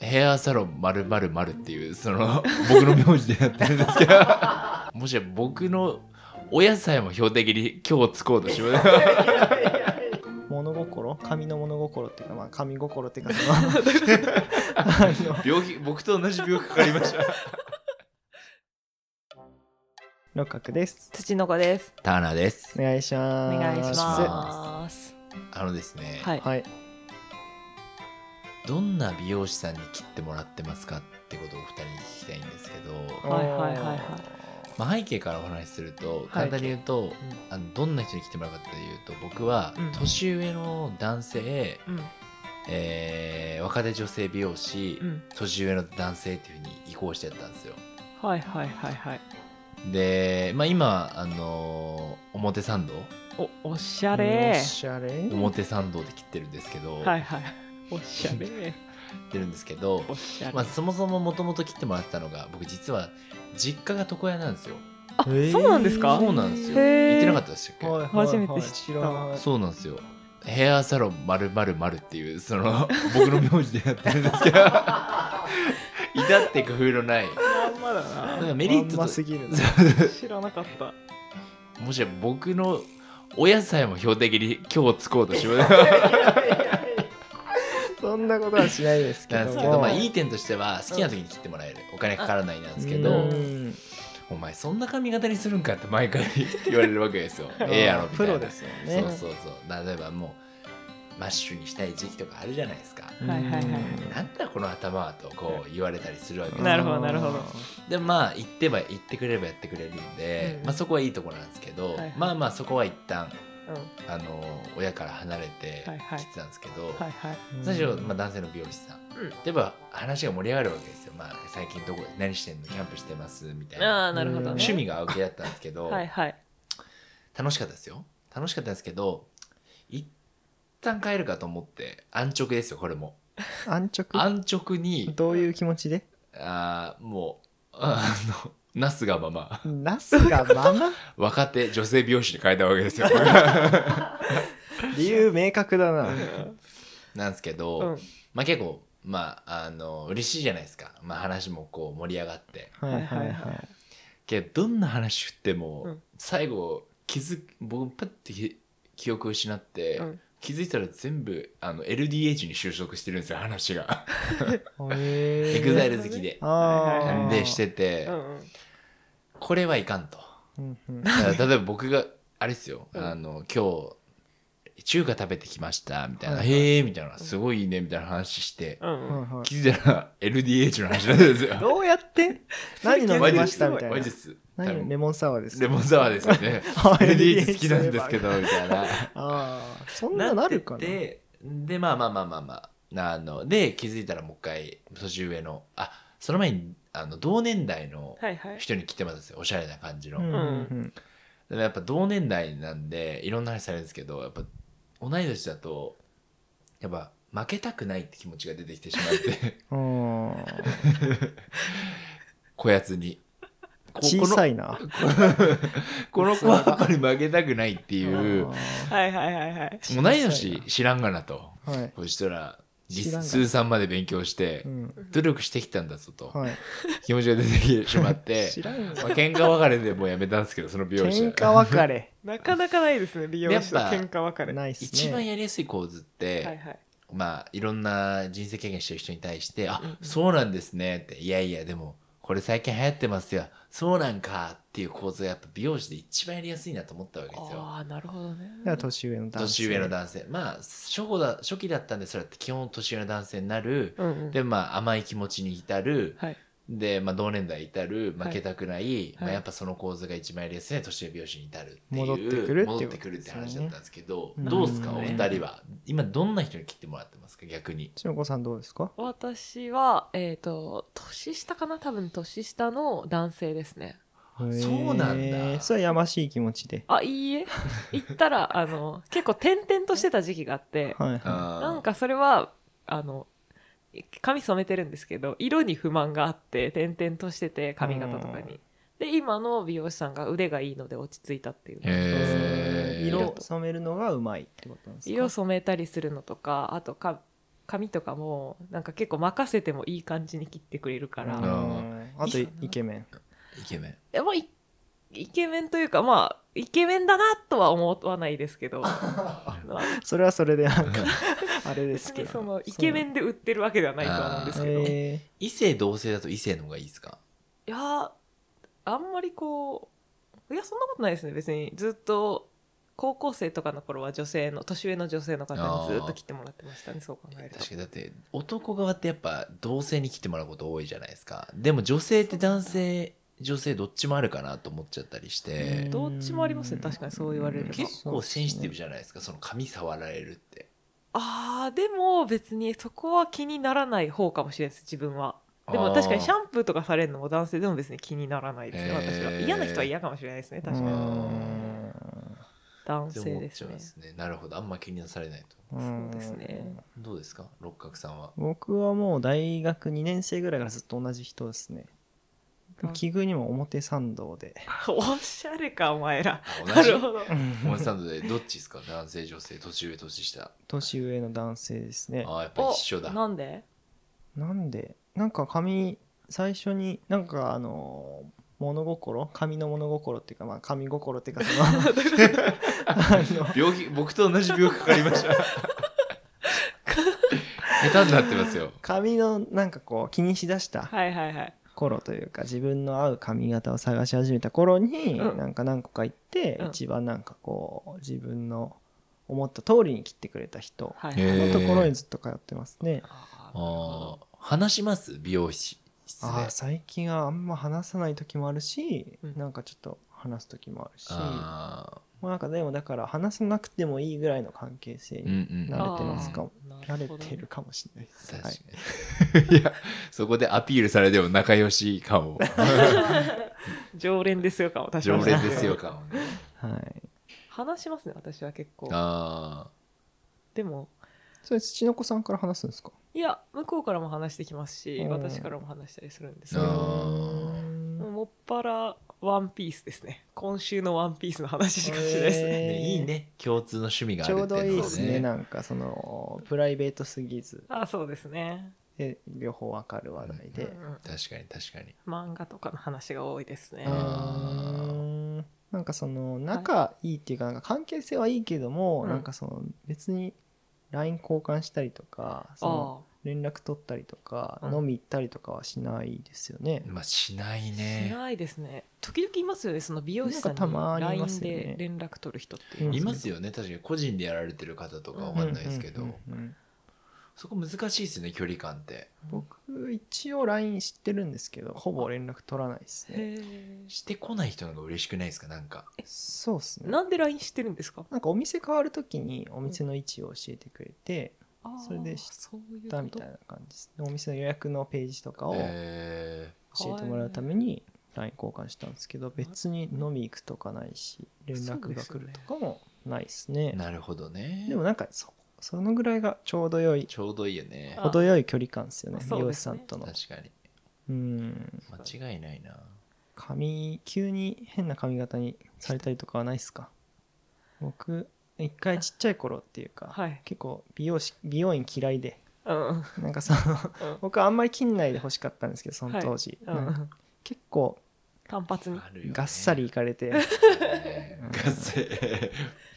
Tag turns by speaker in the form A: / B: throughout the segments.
A: ヘアサロン〇〇〇っていうその 僕の名字でやってるんですけどもし僕の親さえも標的に今日つこうとします
B: 物心神の物心っていうかまあ神心っていうかその あの
A: 病気僕と同じ病気かかりました
B: 六角です
C: 土の子です。
A: ターナーです
B: お願いし
C: お
B: ます
C: 願いし
A: ま
C: ます。
A: あのですね、
C: はい。
B: はい
A: どんな美容師さんに切ってもらってますかってことをお二人に聞きたいんですけど、
C: はいはいはいはい
A: まあ、背景からお話しすると
B: はい
A: 簡単に言うと、あのどんな人に来てもらうかっていうと僕は
B: うん
A: 年上の男性、
C: うん
A: えー若手女性美容師、
C: うん。
A: 年上の男性っていうふうに移行してったんですよ
C: はいはいはいはい。
A: で、まあ、今、あのー表参道
C: おおしゃれ
B: お。しゃれ
A: 表参道で切ってるんですけど、
C: はいはい。おしゃれ。
A: 切ってるんですけど、
C: おしゃれ。
A: まあ、そもそももともと切ってもらってたのが僕実は実家が床屋なんですよ
C: あ、そうなんですか。
A: そうなんですよ
C: へー
A: 言ってなかったでしたっけ、
B: はいはいはい
C: 初めて知った
B: 知らない
A: そうなんですよヘアサロン〇〇〇っていうその 僕の名字でやってるんですけ ど至って工夫のない
C: まんまだ
A: な
C: なん
A: かメリット
B: まん
A: と
B: ますぎるな
C: 知らなかった。
A: もしや僕の親さえも標的に今日つこうとします
B: そんなことはしないですけ
A: なん
B: ど
A: です
B: も
A: けど、まあ、いい点としては好きな時に切ってもらえるお金かからないなんですけ
B: う
A: ど
B: ん
A: お前そんな髪型にするんかって毎回言われるわけです よええやろみた
B: プ
A: いな
B: ロですよね
A: そうそうそう例えばもうマッシュにしたい時期とかあるじゃないですか
B: うん
C: はいはいはい
A: なんだこの頭はとこう言われたりするわけですよ
C: なるほどなるほど
A: でまあ言ってば言ってくれればやってくれるんで、
C: うん
A: まあ、そこはいいところなんですけど、
C: いはい
A: まあまあそこは一旦
C: うん。
A: あの親から離れて
C: はいはい
A: 来てたんですけど、
C: はいはい。
A: 最初、まあ、男性の美容師さん、
C: うん
A: でも話が盛り上がるわけですよ、まあ、最近どこ何してんのキャンプしてますみたいな
C: ああ、なるほどね。
A: 趣味が合う系だったんですけど、
C: はいはい。
A: 楽しかったですよ楽しかったんですけど一旦帰るかと思って安直ですよこれも
B: 安直
A: 安直に
B: どういう気持ちで
A: あーもうあのなすがまま
B: なすがまま
A: 若手女性美容師に変えたわけ ですよ
B: 理由明確だな
A: なんですけど、
C: うん。
A: まあ結構まああの嬉しいじゃないですか、まあ、話もこう盛り上がって
B: はいはいはい
A: けどどんな話振っても、
C: うん
A: 最後気づ僕パッてき記憶を失って、
C: うん
A: 気づいたら全部あの LDH に就職してるんですよ話 が
B: へ
A: エ
B: ー
A: グザイル好きで、
B: あー
A: でしてて、
C: うんうん。
A: これはいか んと
B: うんうん
A: だから例えば僕があれですよ、
C: うん
A: あの今日中華食べてきましたみたいな「
B: はいはい
A: へえ」みたいな「すごいいいね」みたいな話して、
C: うんうん。
B: はいはい
A: 気づいたら LDH の話なんですよ。
B: どうやって何飲み ましたみたい
A: マ
B: な
A: ジです。
B: 何
A: 多
B: 飲
A: 分
B: レモンサワーです
A: レモンサワー ですよね。
B: ワ
A: LDH 好きなんですけど、みたいな。
B: ああそんななるかな
A: っててで、まあまあまあまあまあ。あの、で、気づいたらもう一回、年上の、あ、その前に、あの、同年代の
C: はいはい。
A: 人に来てますんですよ。おしゃれな感じの。
B: うん
A: で
B: うん
A: もやっぱ同年代なんで、いろんな話されるんですけど、やっぱ、同い年だと、やっぱ、負けたくないって気持ちが出てきてしまっ て、
B: うんあー
A: こやつに。こ
B: 小さいな
A: この子はやっぱり負けたくないっていう
C: はいはいはいはい。
A: 同い年知らんがなと
B: あーはい
A: そしたら
B: 知らんがな
A: 数三まで勉強して
B: うん
A: 努力してきたんだぞと
B: はい
A: 気持ちが出てきてしま って
B: 知らん
A: まあ喧嘩別れでもうやめたんですけどその美容師は
B: 喧嘩別れ
C: なかなかないですね、美容師と喧嘩別れ。は
B: ないっすね
A: 一番やりやすい構図っ
C: いはい
A: て。まあいろんな人生経験してる人に対して「あ
C: うん
A: そうなんですね」って「いやいやでもこれ最近流行ってますよそうなんか」っていう構図がやっぱ美容師で一番やりやすいなと思ったわけですよ。
C: ああ、なるほどね。
B: だから年上の男性
A: 年上の男性まあ初歩だ初期だったんでそれって基本年上の男性になる、
C: うんうん。
A: でまあ甘い気持ちに至る
C: はい。
A: で、まあ、同年代に至る負けたくない、まあ、
C: はい
A: やっぱその構図が一番やりやすいね年上美容師に至るっていう
B: 戻ってくるってこと
A: 戻ってくるって話だったんですけど
B: うん
A: どうですか
C: うん
A: お二人は今どんな人に切ってもらってますか逆に。
B: しのこさんどうですか
C: 私は、えっ、と、年下かな多分年下の男性ですね。
A: そうなんだ
B: へーそれはやましい気持ちで
C: あ、いいえ。行ったら、あの、結構転々としてた時期があって、
B: はいは
A: な
C: なんかそれは、あの、髪染めてるんですけど、色に不満があって、転々としてて、髪型とか
B: う
C: に。で、今の美容師さんが腕がいいので落ち着いたっていう。
B: い
A: へー
B: 色染めるのがうまいってことなんですか
C: 色染めたりするのとかあとか髪とかもなんか結構任せてもいい感じに切ってくれるから、
A: うん
B: うんあとイケメン
A: イケメン
C: えまあいイケメンというかまあイケメンだなとは思わないですけどまあ
B: それはそれで なんかあれです
C: 別
B: け
C: に
B: ど
C: そのイケメンで売ってるわけではないとは思うんですけど、い
B: え
A: 異性同性だと異性の方がいいですか
C: やーあんまりこういやそんなことないですね別にずっと高校生とかの頃は女性の年上の女性の方にずっと来てもらってましたねそう考えると
A: 確かにだって男側ってやっぱ同性に来てもらうこと多いじゃないですかでも女性って男性女性どっちもあるかなと思っちゃったりして
C: どっちもありますね確かにそう言われれば
A: 結構センシティブじゃないですかその髪触られるって
C: あーでも別にそこは気にならない方かもしれないです自分はでも確かにシャ
A: ン
C: ンプーとかされるのも男性でも別に気にならないですね
A: へー
C: 私は嫌な人は嫌かもしれないですね
B: ー
C: 確か
A: う
C: に
A: ん
C: 男
A: プ
C: 性ですね
A: ねなるほどあんま気になされないと
B: うん
C: そうですね
A: どうですか六角さん は
B: 僕はもう大学2年生ぐらいからずっと同じ人ですね奇遇にも表参道で
C: おしゃれかお前ら
A: あ
C: な
A: 同じ
C: るほど
A: モンスタンドでどっちですか男性女性年上年下
B: 年上の男性ですね
A: ああやっぱ一緒だ
C: おなんで
B: なんでなんか髪最初になんかあの物心髪の物心っていうかまあ髪心っていうかそのあの
A: 病気僕と同じ病気かかりました 下手になってますよ
B: 髪のなんかこう気にしだした
C: はいはいはい
B: 頃というか自分の合う髪型を探し始めた頃に、
C: うん
B: なんか何個か行って、
C: うん
B: 一番なんかこう自分の思った通りに切ってくれた人
C: はい
A: へ
C: はい
A: ー
B: のところにずっと通ってますね。
C: あーなる
A: あ
C: ほ
A: ー話します美容室で
B: ああ最近はあんま話さない時もあるし、
C: うん
B: なんかちょっと話す時もあるしま
A: あ
B: あなんかでもだから話さなくてもいいぐらいの関係性
A: ーうん
B: に
A: うん
B: 慣れてますかも
C: どあー
B: 慣
C: な
B: れ
C: るほど
B: てるかもしれないです。
A: 確
B: は
A: か
B: い、
A: に、 い、やそこでアピールされても仲良し感 を
C: 常連ですよかも確か
A: 常
C: に
A: 連ですよ感をね
B: はい、
C: 話しますね私は結構
A: あ
C: でも
B: それ土の子さんから話すんですか
C: いや向こうからも話してきますし
B: うん
C: 私からも話したりするんです
A: あ
C: けど
A: ー
C: もうもっぱらワンピースですね今週のワンピースの話しかしないですね、
A: ー、
B: えー
A: ねいいね共通の趣味があ
B: ち
A: る
B: ょう
A: って
B: ど
A: い
B: いいう
A: の
B: で
A: は
B: すねなんかそのプライベートすぎず
C: あそうですね、
B: で両方わかる話題
C: うん
B: で、
A: 確かに確かに
C: うん、漫画とかの話が多いですね、
B: う
A: あ
B: ーんなんかその仲いいっていうかなんか関係性はいいけども、
C: うん
B: なんかその別に LINE 交換したりとかその
C: あ
B: 連絡取ったりとか、
C: うん
B: 飲み行ったりとかはしないですよね、
A: まあしない
C: あし
A: ね
C: ないですね時々いますよねその美容師さんに
B: なんかたまにいま
C: LINE
B: すよね
C: で連絡取る人って、
B: うん
A: いますよね確かに個人でやられてる方とかわかんないですけど、
B: うんうんうん
A: そこ難しいですね距離感って
B: 僕一応 LINE 知ってるんですけどほぼ連絡取らないですね
C: へー
A: してこない人の方が嬉しくないですかなんか
B: そうっすね
C: なんで LINE 知ってるんですか
B: なんかお店変わる時にお店の位置を教えてくれて
C: あー
B: それで知っ
C: そういう
B: だ
C: こ
B: みた
C: と
B: いな感じですでお店の予約のページとかを
A: え
B: 教えてもらうために LINE 交換したんですけど別に飲み行くとかないし連絡が来るとかもないですね
A: ー、なるほどね
B: でもなんかそそのぐらいがちょうど良い
A: ちょうどいいよね
C: あ
B: 程よい距離感ですよね
C: そうですね
B: 美容師さんとの
A: 確かに
B: うん
A: 間違いないな
B: 髪急に変な髪型にされたりとかはないですか僕一回ちっちゃい頃っていうか、
C: はい
B: 結構美容師美容院嫌いで
C: うんうん
B: なんかその僕はあんまり近内で欲しかったんですけどその当時、
C: う
B: なんか
C: ん
B: 結構
C: 単発に
A: あるよね
B: がっさりいかれて、
A: ねがっ さり
C: がっさり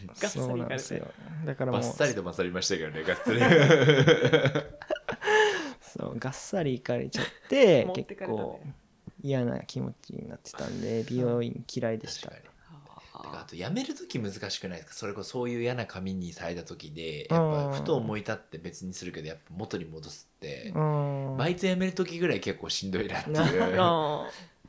C: 行かれて
B: そうなんですよだからも
A: バ
B: う
A: ッサリと勝りましたけどねがっさ り
B: そうがっさり行かれちゃって
C: 持って
B: 結
C: かれたね
B: 構嫌な気持ちになってたんで美容院嫌いでし
A: 確か
B: た
A: に
C: あ
A: て
C: ー
A: かあとやめる時難しくないですかそれこそそういう嫌な髪にされた時でやっぱふと思い立って別にするけどやっぱ元に戻すって
B: う、ん
A: バイト辞める時ぐらい結構しんどいなっていう
C: あ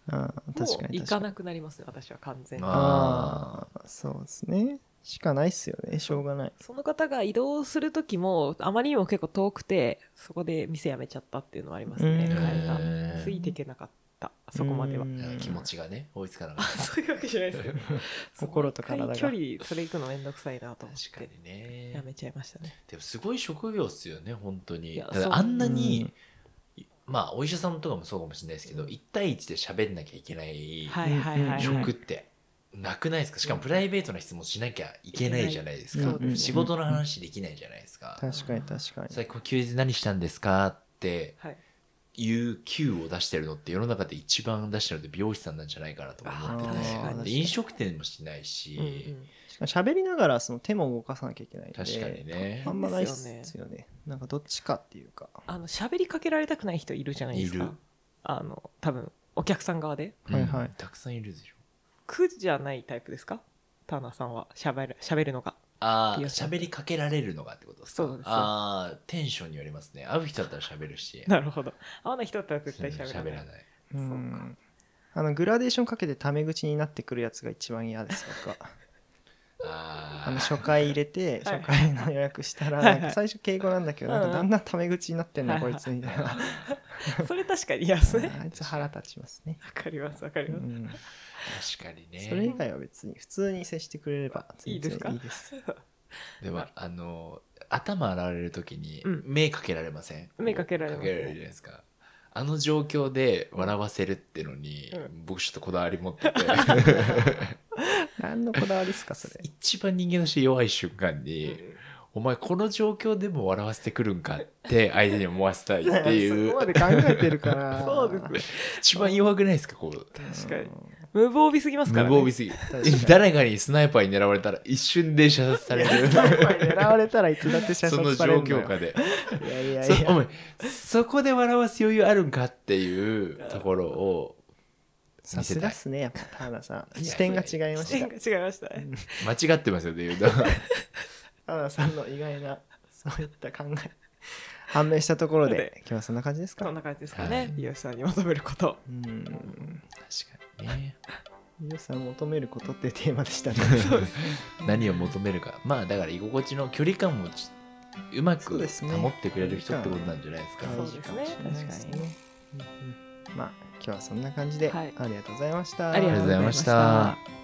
B: あー
C: ーも
B: 確か
C: う
B: に確
C: 行
B: か
C: か
B: に
C: なくなりますね私は完全に
A: あ
B: ああそうですねしかないっすよねしょうがない
C: その方が移動する時もあまりにも結構遠くてそこで店辞めちゃったっていうのはありますね
B: うん
C: 彼が
A: へー
C: ついていけなかったそこまでは
B: うん
A: 気持ちがね追いつかなか
C: あ
A: っ
C: そういうわけじゃないですけど
B: 心と体が
C: そう一回距離それ行くのめんどくさいな
A: た
C: と思
A: 確
C: っ
A: か
C: て
A: にね
C: 辞めちゃいましたね
A: でもすごい職業っすよね本当
C: い
A: に
C: や
A: だから
C: そう
A: あんなに、まあお医者さんとかもそうかもしれないですけど、一対一で喋んなきゃいけない
C: はいはいはい、はい、
A: 職って、なくないですかしかもプライベートな質問しなきゃいけないじゃないです
B: うん
A: か
B: うんうんうん
A: 仕事の話できないじゃないですか
B: 確かに確かに
A: 最高休日何したんですかって
C: はい
A: いう Q を出してるのって世の中で一番出してるのって美容師さんなんじゃないかなと思って
C: あー確か
A: て
C: に
A: で飲食店もしないし、
B: しかも喋りながらその手も動かさなきゃいけないんで
A: 確かにね
B: あんまないっ
C: ですよね
B: すよねなんかどっちかっていうか
C: あの喋りかけられたくない人いるじゃないですか
A: いる
C: あの多分お客さん側で
B: はいはい
A: うんたくさんいるでしょ
C: 苦じゃないタイプですかターナーさんは喋る喋るのが
A: ああ
C: 美容師さん
A: 喋りかけられるのがってことですか
C: そうです
A: ああテンションによりますね会う人だったら喋るし
C: なるほど合わない人だったら絶対喋ら
A: 喋
C: ない
A: らない
B: うん
C: そうか
B: あのグラデーションかけてタメ口になってくるやつが一番嫌です僕 は
A: あー
B: あの初回入れて
C: はい
B: 初回の予約したら
C: はいはい
B: なんか最初敬語なんだけど
C: うん
B: なんかだんだんタメ口になってん
C: は
B: ないこ
C: はい
B: いつみたいな
C: それ確かに嫌ですね
B: あいつ腹立ちますね、
C: わかりますわかり
B: う
C: ます、
B: ん、
A: 確かにね
B: それ以外は別に普通に接してくれれば
C: いい
B: 全然
C: ですか
B: いいです
A: ではあの頭洗われる時に
C: うん
A: 目かけられません、
C: 目かけられますね
A: かけられるじゃないですかあの状況で笑わせるってのに、
C: う
A: 僕ちょっとこだわり持 ってて
B: 何のこだわりですかそれ
A: 一番人間として弱い瞬間に、お前この状況でも笑わせてくるんかって相手に思わせたいってい
B: そうこまで考えてるから
C: そうです
A: 一番弱くないですかこう
C: 確かに
B: うん
C: 無防備すぎますか
A: 無
C: ら、ね、
A: 防備すぎ
B: かに
A: 誰かにスナイパーに狙われたら一瞬で射殺される
B: 狙われたらいつだって射
A: その状
B: 殺されるのよ
A: 況下で
B: いやいやい
A: そ
B: や
A: お前そこで笑わす余裕あるんかっていうところを
B: さすがっすねやっぱ田原さん
A: いや
B: 視点が違いました
C: 違いましたね、
A: 間違ってますよね言 うと
B: 田原さんの意外 なそういった考え 判明したところで今日はそんな感じです
C: こ
B: か
C: んな感じですかね、
A: はい
C: 美容師さんに求めること
B: うん
A: 確かにね
B: 美容師さんを求めることっていうテーマでした ね
A: 何を求めるかまあだから居心地の距離感もちうま
B: そ
A: く
B: うですね
A: 保ってくれる人ってことなんじゃないですか
C: そうですね
B: 大事もしれないですねうんうんまあ今日はそんな感じで
C: は
B: あ
C: い
B: りがとうございました
C: あり
A: ありがとうございました